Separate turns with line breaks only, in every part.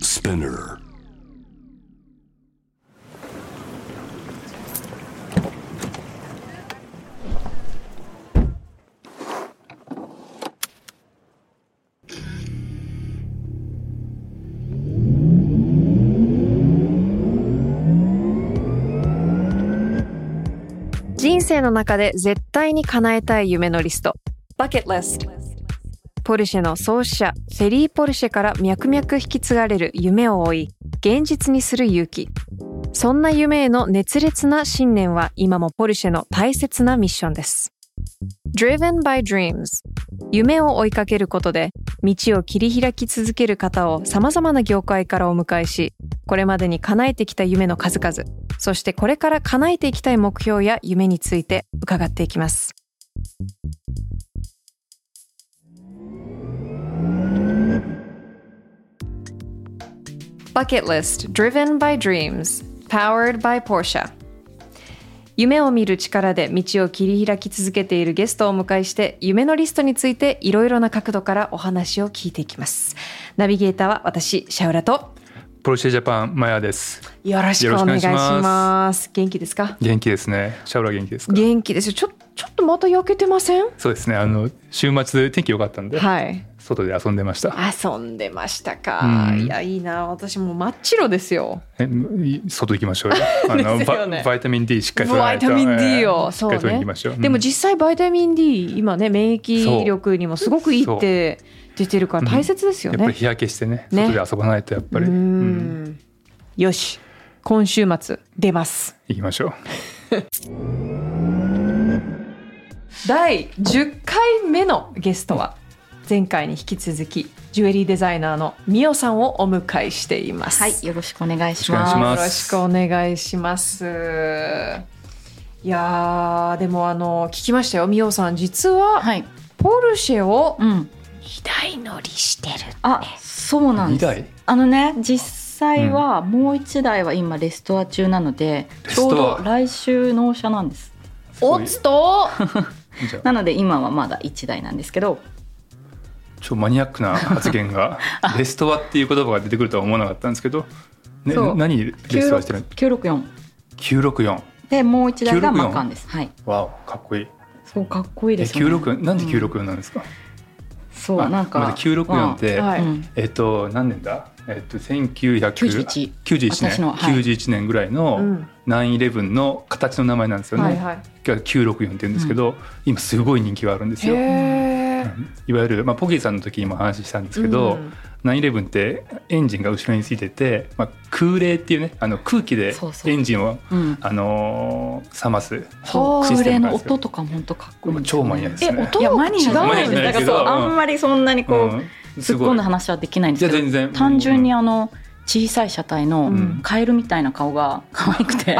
Spinner.
人生の中で絶対に叶えたい夢のリスト
Bucket list.
ポルシェの創始者フェリー・ポルシェから脈々引き継がれる夢を追い現実にする勇気そんな夢への熱烈な信念は今もポルシェの大切なミッションです Driven by Dreams 夢を追いかけることで道を切り開き続ける方を様々な業界からお迎えしこれまでに叶えてきた夢の数々そしてこれから叶えていきたい目標や夢について伺っていきますBucket List Driven by Dreams Powered by Porsche 夢を見る力で道を切り開き続けているゲストをお迎えして夢のリストについていろいろな角度からお話を聞いていきますナビゲーターは私シャウラと
プロシェジャパンマヤです。
よろしくお願いします元気ですか
元気ですね。シャウラ元気ですか。
元気ですよちょちょっとまた焼けてません
そうですね。あの週末天気良かったんで、
はい
外で遊んでました。
遊んでましたか、
うん
いやいいな私もう真っ白ですよ
えい外行きま しょうよ。あの
ですよね
ババイタミン D しっかり取ら
バ
な
イ
いと。
タミン D
え
を、
えしっ
そ
か
う
り取り
ね
に行きましょう。うん
でも実際バイタミン D 今ね免疫力にもすごくいいって出てるから大切ですよ
やっぱり
ね。
日焼けしてね、
ね
外で遊ばないとやっぱ
う
り、うん
んよし今週末出ます
行きましょう。
第10回目のゲストは前回に引き続きジュエリーデザイナーのミオさんをお迎えしています。
はい、よろしくお願いし
よろ
ま
しくお願いし
す。
ま
よろしくお願いします。いやーでもあの聞きましたよミオさん実は
はい、
ポルシェを
うん、
2台乗りしてる
あ、そうなん
二
です。
台。
あのね、実際はもう一台は今レストア中なので、
レス
ち
ト
ょ
ア
うど来週納車なんです。
す
お
ごい
つと
じゃあ
なので今はまだ一台なんですけど、
超マニアックな発 言がレストアっていう言葉が出てくるとは思わなかったんですけど、ね、
そう
何レストアしてるの？
九六四
九六四。
でもう一台が
964
マカンです。はい、
わおかっこいい。
そうかっこいい
え
です
九
よね。
六なんで九六四なんですか？
そう
あ
なんか
まだ964って、
は
まあ
い
うん
えっと何年だえっと1991
91私
年、
のはい
91年ぐらいのナインイレブンの形の名前なんですよね、
はいはい。
が964って言うんですけど、今すごい人気があるんですよ、
へー
いわゆる、まあ、ポギーさんの時にも話したんですけど、
うん
ナインイレブンってエンジンが後ろについてて、まあ、空冷っていうねあの空気で
そうそう
エンジンを
うん、
あのー冷ます
そう
シス
空
テ
冷
ムなん
の
ですよ
音とかも本当かっこいいんですよ
超
ね。
マニアです
え
ね。
音
いや
が
マニアじゃないで
マ
す。
ニアじゃな
だ
い
か
け
ら
ど
そうあんまりそんなにこう。
うん
突
す
っ
ごい
込んだ話はできないんですけ
いや全然
ど単純にあの小さい車体
う
の
ん
カエルみたいな顔が 可愛くて、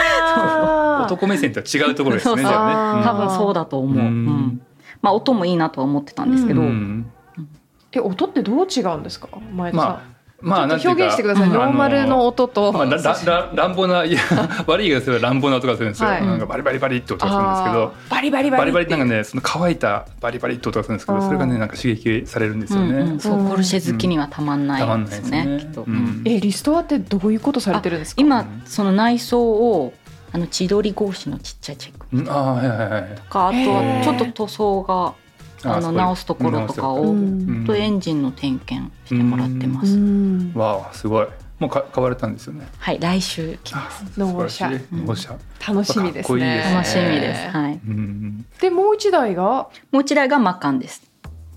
あー
男目線とは違うところですね
そうそ
じ
う
ゃあね。
多分そうだと思う、
うん
うんまあ、音もいいなとは思ってたんですけ
う
ど、
ん
え音ってどう違うんですか前田さん。
ままあ、
ちょ
な
っと表
んていうか
現してください。
うん
ノーマルの音と。
まあ、らら乱暴ないや悪い言い方すれば乱暴な音がするんですよ、
はい
なんかバリバリバリって音がするんですけ
あ
ど
ーバリバリ
バ
バ
リ
リ。
バリってなんかねその乾いたバリバリって音がするんですけ
あ
ど
ー
それがねなんか刺激されるんです
う
よ
ん
ね、
うんそううんポルシェ好きにはたまん
たま
ない
ん
で
ない
す
で
よ
す
ね
ね
きっと、
うん
うん
えリストアってどういうことされてるんですか。
今その内装をあの千鳥格子のちっちゃいチェック
うんああはいはいはいはい
とかあと
へー
はちょっと塗装があの直すところとか
う
を、
ん。
とエンジンの点検してもらってま
う
す、
ん。
わあすごいもうか買われたんですよね
はい来週来ま
あ
す
納車
素晴らしい
うん
納車、
楽しみで
かっ
す
こいい
ね
で。す
楽しみです、
えー
はい
うん
でもう一台が
もう一台がマカンです。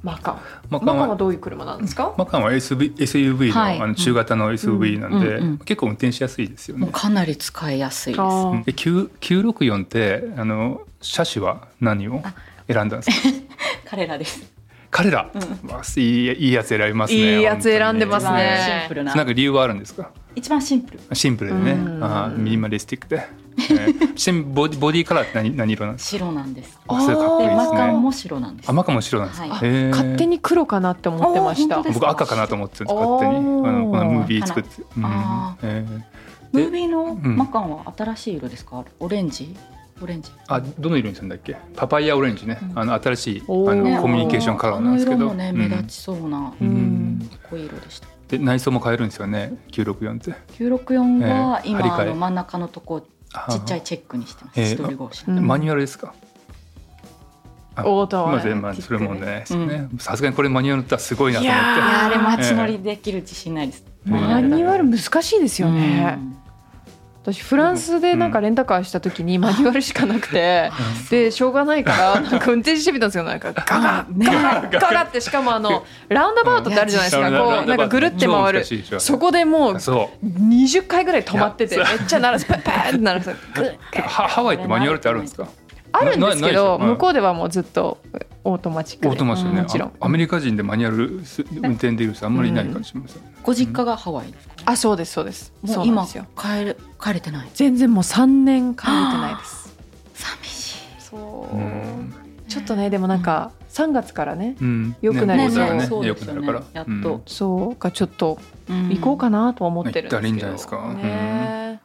マカン。
マカ
マ
ン
カンは
は
どういう車なんですか。
マカンは SV SUV の,、
はい
あの中型の SUV なんで、
うんうんうん
結構運転しやすいですよね
もうかなり使いやすいです。
あー
で9 964ってあの車種は何を選んだんですか
彼らです。
彼ら、わあいいいいやつ選びますね
いいやつ選んでま
一
す
本当に
番
ね
シンプルな。
なんか理由はあるんですか
一番シンプル。
シンプルでね
うん
あーミニマリスティックで、えー ちなみにボディボディカラーって何何色なんです
白なんです。
かそれかっこいい
で、
で
マ
す
カン
ね
も白なんです。
あマカンも白なんですか、
はい
へー
勝手に黒かなって思ってました
あー本当。です
僕赤かなと思ってたんです勝手にあ
おー
のこのムービー作って、うん
あ
え
ムービーの
ん
マカンは新しい色ですか？オレンジ？オレンジ。
ーあどの色にするんだっけパパイヤオレンジね、あの新しいあ
おー
の
ね
コミュニケーションカラーなんですけど
あの色もね、
うん
目立ちそうなか
うん
っこいい色でした。
でで内装も変えるんですよね964って
964は
ええ張り替
今あ
え
の真ん中のとこ
あ
ちっちゃいチェックにしてます
ええ
一人号車
うん
マニュアルですか、あ
オートは
まあ全般それもねさすがにこれマニュアルだったらすごいなと
い
思
い
っ
や
て
やーあれ街乗りできる自信ないです、
うん
マニュアル難しいですよね、
うん
私フランスでなんかレンタカーした時にマニュアルしかなくて、でしょうがないからなんか運転してみたんですよなんかガガッガガッガガッってしかもあのラウンドバウトってあるじゃないですかこうなんかぐるって回るそ
そ
こでもう
そう
20回ぐらい止まってて
い
め
や
っちゃ鳴らすパーって鳴らす
ハハワイってマニュアルってあるんですか
あるんですけど
なない
向こうではもうずっとオートマチック
オ
で
ートマですよ
うん
ね
もちろん
あアメリカ人でマニュアルす運転できる人あんまりいない感じしますよね
ご実家がハワイですか
あそうですそうですそうな
もう
ん
今
ですよ
帰れ帰れてない
全然もう3年帰れてないです
寂しい
そう、
うん
ちょっとねでもなんか3月からね
うん
良くなり
ね
そう
ねね
そう
良
で
く
す
な
よね
るから
やっと
うん
そうかちょっと行
行
こうかなとは思ってるんですけど、
行ったらいいんじゃないですか
ね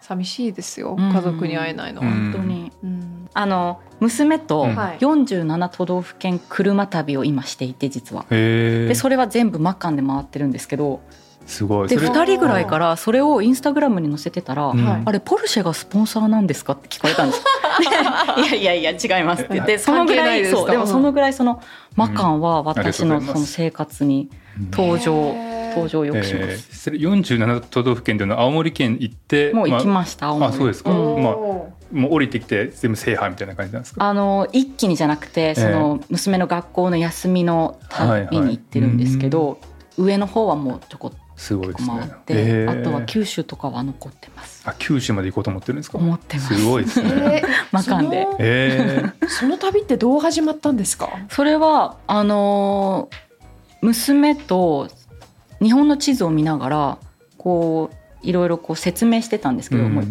寂しいですよ
うん
家族に会えないのは、
うん
本当に
うん
あの娘と
うん
はい
47都道府県車旅を今していて実は
へ
で
え
それは全部マカンで回ってるんですけど
すごい
で
それ
2人ぐらいからそれをインスタグラムに載せてたら「
うん
はい
あれポルシェがスポンサーなんですか?」って聞かれたんです よでいやいやいや違います」って言ってそのぐ
関係な
ら
い
い
ですと
そうでもそのぐらいそのマカンは私
あ
の
りがとうござい
そ
ます
の生活に
うん
登場
へー
登場をよくしま
えー
す。
それ47都道府県での青森県行って
もう行き
ま
ました、青
あ
森
そうですか
ん
まあもう降りてきて全部制覇みたいな感じなんですか
あの一気にじゃなくてその娘の学校の休みの旅に行ってるんですけど、上の方はもうちょこっ
すごい
と
ですね
回って、
えー
あとは九州とかは残ってます
あ九州まで行こうと思ってるんですか
思ってます
すごいですね
え
マカンで
その
えー
その旅ってどう始まったんですか
それはあのー娘と日本の地図を見ながらこういろいろこう説明してたんですけど、もう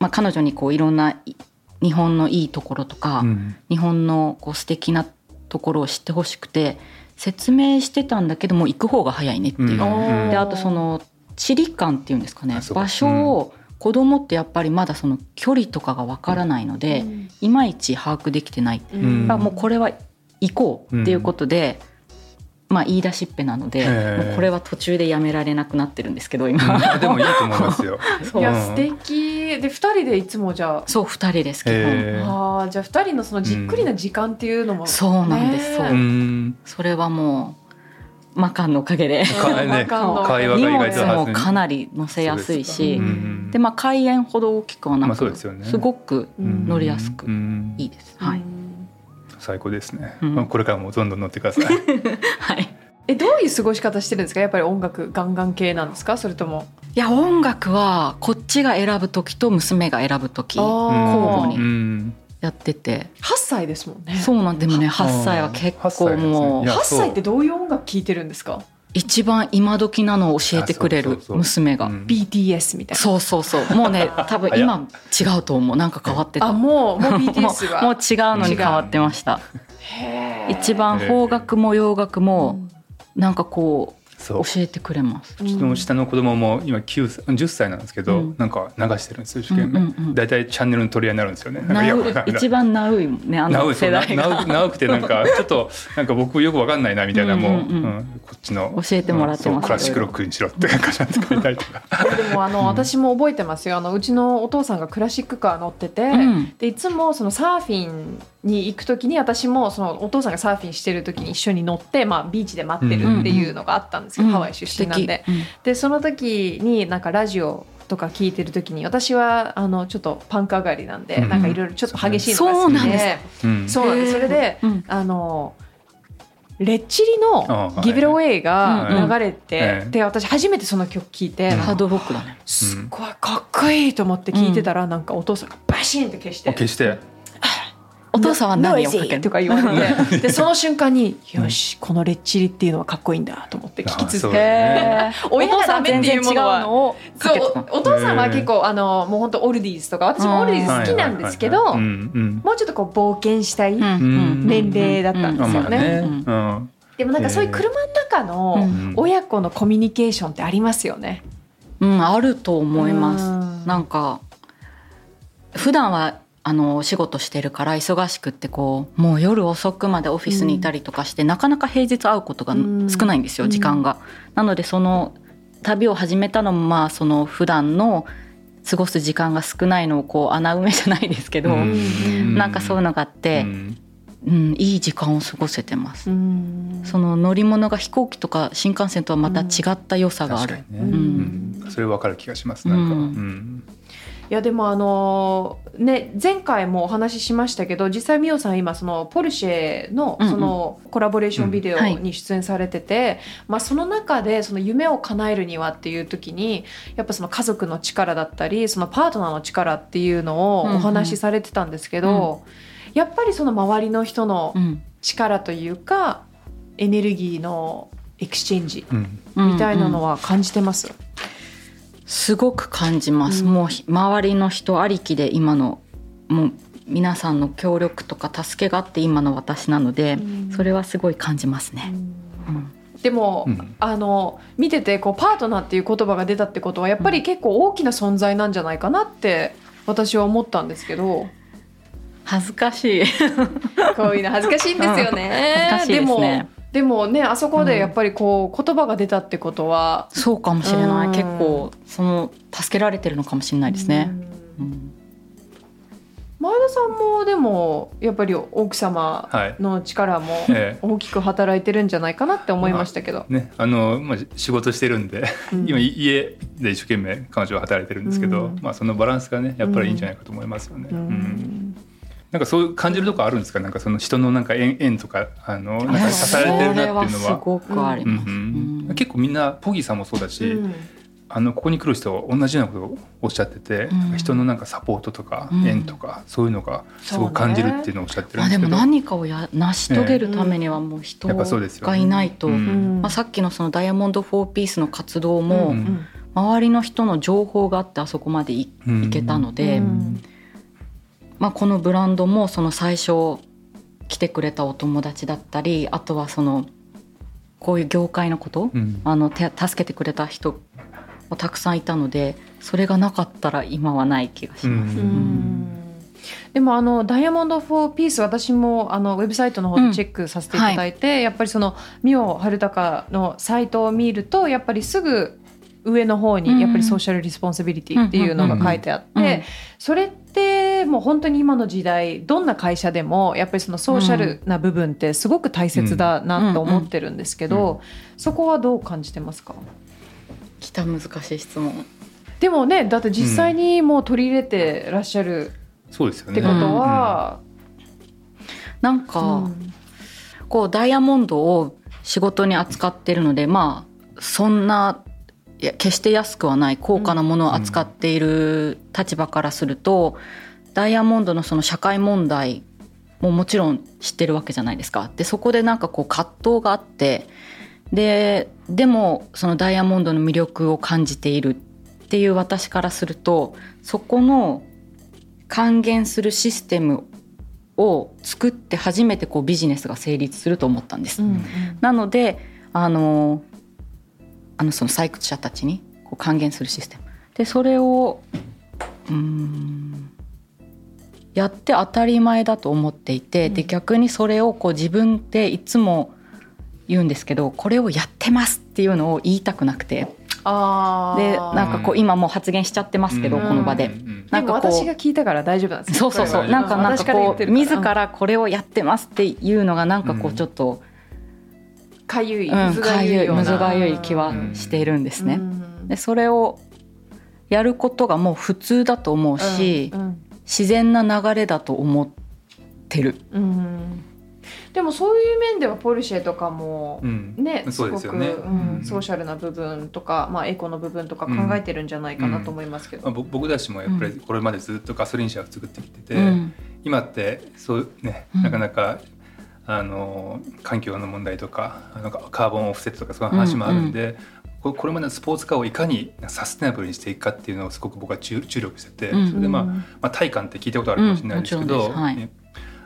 まあ、彼女にこういろんない日本のいいところとか、
うん
日本のこう素敵なところを知ってほしくて説明してたんだけどもう行く方が早いねっていう、
うんうん
であとその地理感っていうんですかね
あそうか
場所を子供ってやっぱりまだその距離とかがわからないので、いまいち把握できてない、
うん
あもうこれは行こうっていうことで、まあ言い出しっぺなので、
へー
もうこれは途中でやめられなくなってるんですけど
うん
今、
あでもいいと思いますよ
そう
いや
うん
素敵で2人でいつもじゃあ
そう2人ですけど、
えー
あーじゃあ2人のそのじっくりな時間っていうのも、
そうなんです、
ねえ
そう
うーん
それはもうマカンのおかげで
かね
わかんない
会話
荷
が意
物
外と弾む
もかなり乗せやすい
そう
し
で
です
か
も
まあ開園ほど大きくはなく、
まあそうですよね
ごく
うん
乗りやすく
うん
いいです、は
う
い、
ん
最高ですね
うん
まあこれからもどんどん乗ってください
はい、い
えどういう過ごし方してるんですかやっぱり音楽ガンガン系なんですかそれとも
や音楽はこっちが選ぶ時と娘が選ぶ時や
あー
交互に
うん
ってて
8歳ですもんね
そうなんでもね8歳は結構も
いや
う
8
そう
歳ってどういう音楽聴いてるんですか
一番今時なのを教えてくれ
あそう
る
そうそう
娘が
うん
BTS みたいな
そうそうそうもう ね多分今違うと思うなんか変わって
あ
たも
もうもう
う
BTS は
もう違うのに変わってました
へー
一番邦楽も洋楽
う
も
ん
なんかこう
そ
教
う
えてくれます
うちの下の子供も今9歳10歳なんですけ
う
ど
ん
なんか流してるんですよ一生懸
うんうんう
命
ん
大体チャンネルの取り合いになるんですよねなんか
ナ
よく
ウ
わかんない
一番ナウいねあ
な
の
おそ
世
うな
代
な
が
おなおくてなん かちょっとなんか僕よくわかんないなみたいなもう、
うんうんうん
うんこっちの
教えてもらってます
うんそうクラシックロックにしろってなんかなんとか言ったりとか
でもあの私も覚えてますよあのうちのお父さんがクラシックカー乗ってて、
うん
でいつもそのサーフィンに行く時に私もそのお父さんがサーフィンしてる時に一緒に乗って、まあ、ビーチで待ってるっていうのがあったんですけど、ハワイ出身なんで。、でその時になんかラジオとか聞いてる時に私はあのちょっとパンク上がりなんで、
うん
なんかいろいろちょっと激しいのが好きで
そうなんで
うん
そうなんですそれで
うんうん
あのレッチリの
あ
「ギブロウェイ」が流れ
はい
て
うん
で私初めてその曲聴いて
う
なん
んハー
か
ドロックだね
すっごいかっこいいと思って聴いてたらなんかお父さんがバシンって消して
お消して
お父さんは何をかけ
と
る
か言われてでその瞬間によしこのレッチリっていうのはかっこいいんだと思って聞き
あそ
続
う
け
だね
親がダメっていうものは
お父さん全然違うのをか
そ
けて
う
た
お父さんは結構あのもう本当オルディーズとか私もオルディーズ好きなんですけど
はいはいはいはい
も
うん
うちょっとこう冒険したい、
うんうん
年齢だったん
う
で
ん、
すよね
まあね、
う
うんん
でもなんかそういう車の中
う
の
ん
うん、
親子のコミュニケーションってありますよね。
うんあると思います
す
なんか普段はあのお仕事してるから忙しくってこうもう夜遅くまでオフィスにいたりとかして、なかなか平日会うことが少ないんですよ、時間が。なのでその旅を始めたのもまあその普段の過ごす時間が少ないのをこう穴埋めじゃないですけど、うなんかそういうのがあって、うん、うん、いい時間を過ごせてます、その乗り物が飛行機とか新幹線とはまた違った良さがある、ね、うん
それわかる気がしますなんか、うん、
いやでもあのね前回もお話ししましたけど実際ミオさん今そのポルシェのそのコラボレーションビデオに出演されてて、うんうんはい、まあその中でその夢を叶えるにはっていう時にやっぱその家族の力だったりそのパートナーの力っていうのをお話しされてたんですけど、うんうん、やっぱりその周りの人の力というか、エネルギーのエクスチェンジみたいなのは感じてます、うんうんうん
すごく感じます、うん、もう周りの人ありきで今のもう皆さんの協力とか助けがあって今の私なので、うん、それはすごい感じますね。
うん、でも、あの見ててこうパートナーっていう言葉が出たってことはやっぱり結構大きな存在なんじゃないかなって私は思ったんですけ ど
恥ずかしい
こういうの恥ずかしいんですよね。
恥ずかしいですね
でもねあそこでやっぱりこう、うん、言葉が出たってことは
そうかもしれない、うん、結構その助けられてるのかもしれないですね、うん、
前田さんもでもやっぱり奥様の力も大きく働いてるんじゃないかなって思いましたけど、はい
ええ、ねあのまあ、仕事してるんで、今家で一生懸命彼女は働いてるんですけど、まあ、そのバランスがねやっぱりいいんじゃないかと思いますよね。うんなんかそう感じるとこあるんですか。なんかその人のなんか縁縁とかあのなんか刺されてるなっていうのは。は
すごくあります、うん
うんうん、結構みんなポギーさんもそうだし、うん、あのここに来る人は同じようなことをおっしゃってて、うん、人のなんかサポートとか縁とか、そういうのがすごく感じるっていうのをおっしゃってるんですけど。
ね、でも何かをや成し遂げるためにはもう人がいないと、ねまあさっきのそのダイヤモンドフォーピースの活動も、周りの人の情報があってあそこまでい,、けたので。まあ、このブランドもその最初来てくれたお友達だったりあとはそのこういう業界のこと、うん、あの手助けてくれた人もたくさんいたのでそれがなかったら今はない気がします。うんうん
でもあのダイヤモンド・フォー・ピース私もあのウェブサイトの方でチェックさせていただいて、うんはい、やっぱりそのミオ・ハルタカのサイトを見るとやっぱりすぐ上の方にやっぱりソーシャル・リスポンシビリティっていうのが書いてあってそれってもう本当に今の時代どんな会社でもやっぱりそのソーシャルな部分ってすごく大切だなと思ってるんですけどそこはどう感じてますか
きた難しい質問
でもねだって実際にもう取り入れてらっしゃるってことは、、
なんか、こうダイヤモンドを仕事に扱ってるのでまあそんない,や決して安くはない高価なものを扱っている立場からすると、うん、ダイヤモンドのその社会問題ももちろん知ってるわけじゃないですか。でそこでなんかこう葛藤があってででもそのダイヤモンドの魅力を感じているっていう私からするとそこの還元するシステムを作って初めてこうビジネスが成立すると思ったんです。うんうん、なのであのあのその採掘者たちにこう還元するシステムでそれをうんやって当たり前だと思っていて、うん、で逆にそれをこう自分でいつも言うんですけどこれをやってますっていうのを言いたくなくて。あでなんかこう今もう発言しちゃってますけど、うん、この場で、うん
なんか私が聞いたから大丈夫なんです
そうそうそうなんかなんかこう自らこれをやってますっていうのがなんかこうちょっと、
かゆい、
うん、かゆいむずがゆい気はしているんですね。うん、でそれをやることがもう普通だと思うし、うん、自然な流れだと思ってる。
でもそういう面ではポルシェとかもね、すごく、ね、ソーシャルな部分とか、まあ、エコの部分とか考えてるんじゃないかなと思いますけど、まあ、
僕たちもやっぱりこれまでずっとガソリン車を作ってきてて、今ってそうねなかなかあの環境の問題とかなんかカーボンオフセットとかそういう話もあるんで、うんうん、これまでのスポーツカーをいかにサステナブルにしていくかっていうのをすごく僕は注力してて、それで、まあ、まあ体感って聞いたことあるかもしれないですけど、うんはい、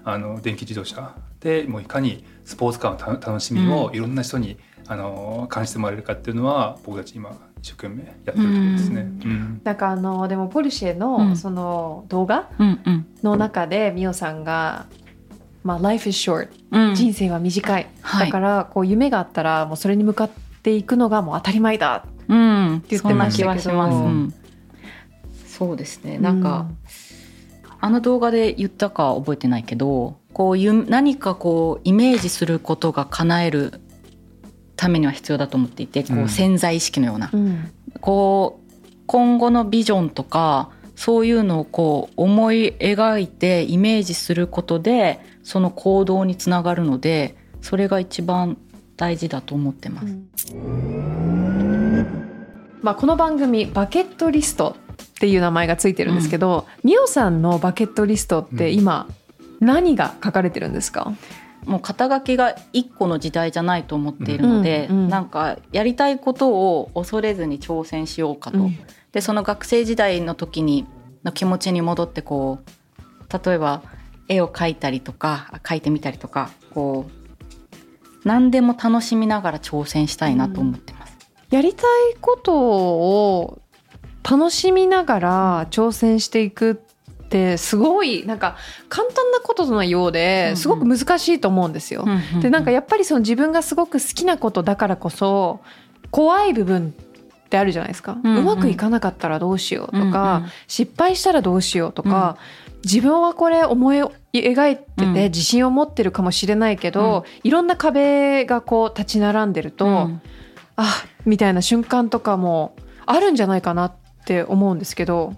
あの電気自動車でもういかにスポーツカーの楽しみをいろんな人に、あの感じてもらえるかっていうのは僕たち今一生懸命やってるところですね。うんうん
なんかあのでもポルシェ
う
の
ん
その動画
うんうん
の中でミオさんが「まあ、Life is short」
うん
人生は短い、
はい
だからこう夢があったらもうそれに向かっていくのがもう当たり前だ
うん
言って
そんな
まし
気
た
は
けど
します、
うん
うんそうですねなんか、あの動画で言ったか覚えてないけどこういう何かこうイメージすることが叶えるためには必要だと思っていてこ
う
うん潜在意識のような、
うん
こう今後のビジョンとかそういうのをこう思い描いてイメージすることでその行動につながるのでそれが一番大事だと思ってま
う
す。
んまあ、この番組「バケットリスト」っていう名前がついてるんですけど、ミオさんのバケットリストって今、何が書かれてるんですか、
もう肩書きが一個の時代じゃないと思っているので、
うんうん
なんかやりたいことを恐れずに挑戦しようかと、
うん
でその学生時代の時にの気持ちに戻ってこう例えば絵を描いたりとか描いてみたりとかこう何でも楽しみながら挑戦したいなと思ってます。
やりたいことを楽しみながら挑戦していくってすごいなんか簡単なことのよう
うんう
で
ん
すごく難しいと思うんですよ。でなんかやっぱりその自分がすごく好きなことだからこそ怖い部分ってあるじゃないですか、
う
うん
うん
まくいかなかったらどうしようとか、
うんうん
失敗したらどうしようとか、自分はこれ思い描いてて
うん
自信を持ってるかもしれないけど、いろんな壁がこう立ち並んでると、
うん
あみたいな瞬間とかもあるんじゃないかなって思うんですけど。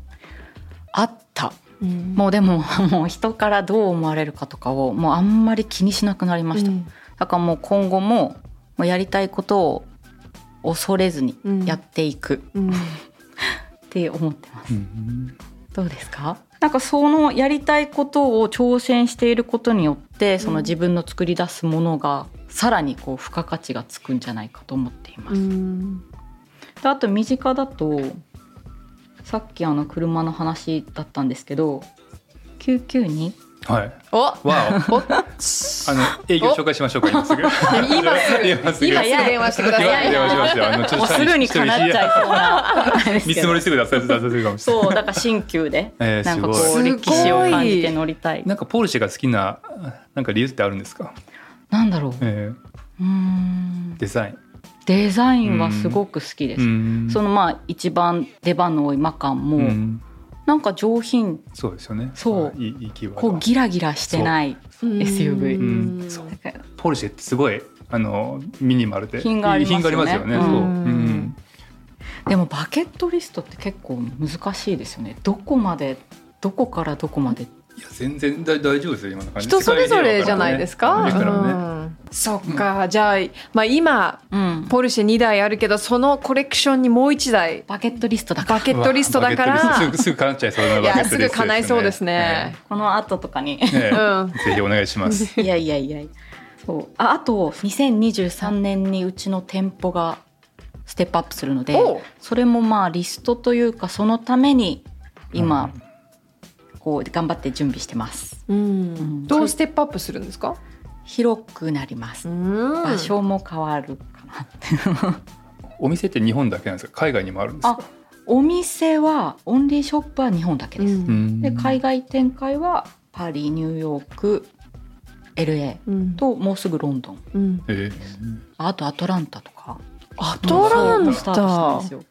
あった
うん
もうでも もう人からどう思われるかとかをもうあんまり気にしなくなりました。だからもう今後ももうやりたいことを恐れずにやっていく
うん
って思ってます。
うん
どうですかなんかそのやりたいことを挑戦していることによってその自分の作り出すものがさらにこう付加価値がつくんじゃないかと思っています。
うん
であと身近だとさっきあの車の話だったんですけど992
はい。
お
わお。
お
あの営業紹介しましょうか今すぐ。今すぐ。
今すぐ電話してください。
電話しますよ。あのちょっ
も
と
うすぐに叶っちゃいそうなあれです
見
け
積
ど
もりしてください。出させるかもしれない。
そうだから新旧で
えー
なんかこ
す
ご
う
い
歴史を感じて乗りたい
なんかポルシェが好きななんか理由ってあるんですか。
なんだろう
えー
うーん
デザイン。
デザインはすごく好きです、
うん
そのまあ一番出番の多いマカンも、
うん
なんか上品
そうですよね。
そう
いいいいキーワ
こ
ー
う
ド。
ギラギラしてない
うん
SUV
うんそう
なんか
ポルシェってすごいあのミニマルで
品がありますよね
品がありますよね。そうう。
ん
うん
でもバケットリストって結構難しいですよねどこまでどこからどこまで
いや全然大大丈夫ですよ今の感じ。
人それぞれじゃないですか。
世界のね
うんそっか、じゃあ、まあ、今
うん
ポルシェ2台あるけどそのコレクションにもう1台
バケットリストだから
バケットリストだか
わバケット
ら
リストすぐすぐ叶っちゃいそうないバケ
や
ット
す
リ
ぐ
スト
叶いそうですね。
この後とかに
ね。ええ
うん
ぜひお願いします。
いやいやいやそうああと2023年にうちの店舗がステップアップするので
おう
それもまあリストというかそのために今、こう頑張って準備してます
うんどうステップアップするんですか、
広くなります、
うん
場所も変わるかな
お店って日本だけなんですか海外にもあるんです
あ
か
お店はオンリーショップは日本だけ
う
です、
ん
で海
外
外展開はパリニューヨーク LA
うん
ともうすぐロンドン
うん
え
あとアトランタとか
アトラン
スタートしたん
タ
ですよ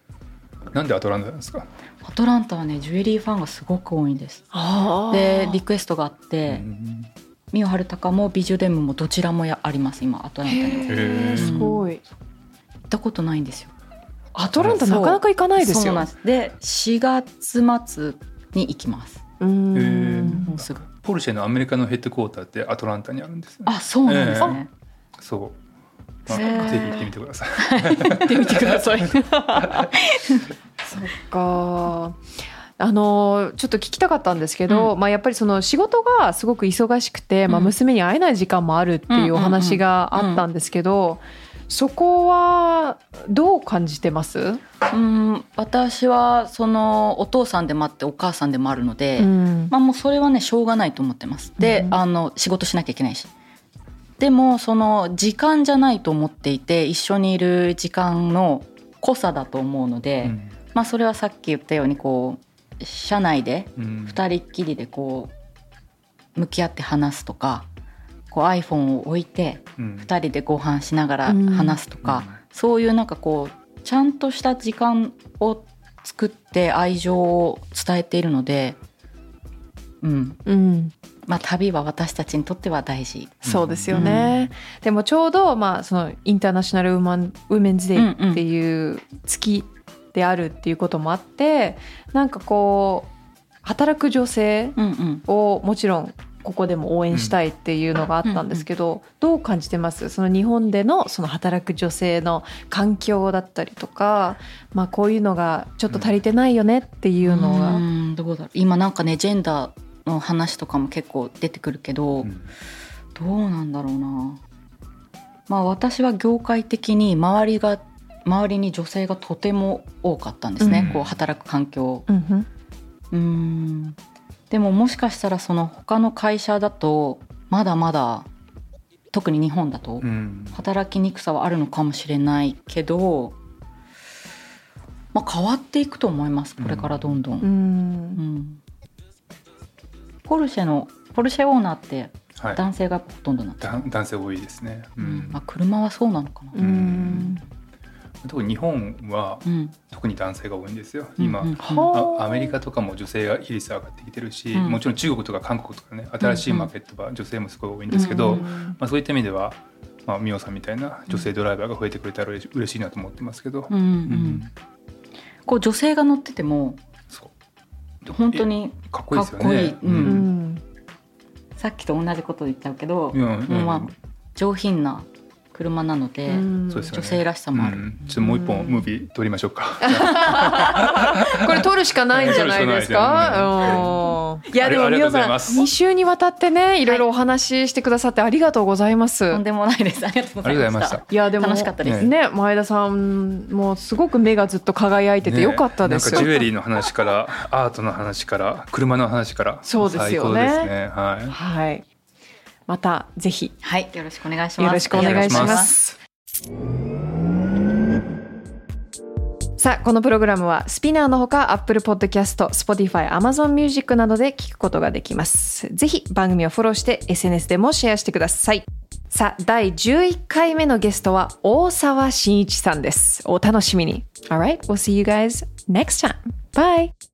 えなんでアトランタなんですか
アトランタはねジュエリーファンがすごく多いんです
あー
でリクエストがあって
うん
ミオハルタカもビジュデムもどちらもやあります今アトランタには行
へーすごい
ったことないんですよ
アトランタなかなか行かないです
そう
よ
なんですで4月末に行きます
うん
へー
もうすぐ
ポルシェのアメリカのヘッドクォーターってアトランタにあるんですよね
あそうなんですね、
そう、まあ
へー
ぜひ行ってみてください
行ってみてください。そっか。あのちょっと聞きたかったんですけど、まあ、やっぱりその仕事がすごく忙しくて、まあ、
うん
娘に会えない時間もあるっていうお話があったんですけど、そこはどう感じてます、
うん私はそのお父さんでもあってお母さんでもあるので、
ん
まあもうそれはねしょうがないと思ってますで、
うん
あの仕事しなきゃいけないしでもその時間じゃないと思っていて一緒にいる時間の濃さだと思うので、
うん
まあ、それはさっき言ったようにこう社内で
うん
2人っきりでこう向き合って話すとかこう iPhone を置いて
うん
2人でご飯しながら話すとか、そういうなんかこうちゃんとした時間を作って愛情を伝えているので、うん
うん、
まあ、旅は私たちにとっては大事。
そうですよね、でもちょうど、まあ、そのインターナショナルウーマンウーメンズデ
うんう
ー
ん
っていう月であるっていうこともあって、なんかこう働く女性
うんうん
をもちろんここでも応援したいっていうのがあったんですけど、どう感じてますその日本でのその働く女性の環境だったりとか、まあ、こういうのがちょっと足りてないよねっていうのが。
うんどうだろう今なんかねジェンダーの話とかも結構出てくるけど、
うん
どうなんだろうなまあ私は業界的に周りが周りに女性がとても多かったんですね、
うん
こう働く環境
うんうん
うんでももしかしたらその他の会社だとまだまだ特に日本だと、
うん
働きにくさはあるのかもしれないけど、まあ、変わっていくと思いますこれからどんどん。
うん
うんポルシェのポルシェオーナーって
はい
男性がほとんどなんですか、
だ男性多いですね、うん
うんまあ、車はそうなのかな、
うん
ん特に日本は
うん
特に男性が多いんですよ今、
うんうん
あアメリカとかも女性が比率上がってきてるし、
うん
もちろん中国とか韓国とかね新しいマーケットは女性もすごい多いんですけど、
う
まあ、そういった意味では、まあ、美桜さんみたいな女性ドライバーが増えてくれたら嬉し嬉しいなと思ってますけど、
うんうんこう女性が乗ってても
そ
本当に
うかっこいいですよね。
かっこいいうん
う
うん
ん
さっきと同じこと言っちゃうけど、
うんうん
まあ、上品な車なので、
うん
そうですよね
女性らしさもある、
うんちょっともう一本ムービー撮りましょう か。
これ撮るしかないんじゃないですか。うんいやでも
あり
美
あ
桜
りがとうござい
さん
ます
2週にわたってねいろいろお話ししてくださってありがとうございます。
とんでもないですありがとう
あり
ご
がとござ
ざいう
い
ま
ま
し
したた。
いやでも
楽しかったです
ね前田さんもすごく目がずっと輝いててよかったです。
ねなんかジュエリーの話から、アートの話から、車の話から。
そうですよね
最高ですね。は
はい。またぜひ
はいよろしくお願いします
よろしくお
い。
願いし
お願いし
ま。
ます
さあこのプログラムはスピナーのほか Apple Podcast、Spotify、Amazon Music などで聞くことができます。ぜひ番組をフォローして SNS でもシェアしてください。さあ第11回目のゲストは大沢慎一さんです。お楽しみに。Alright, we'll see you guys next time. Bye!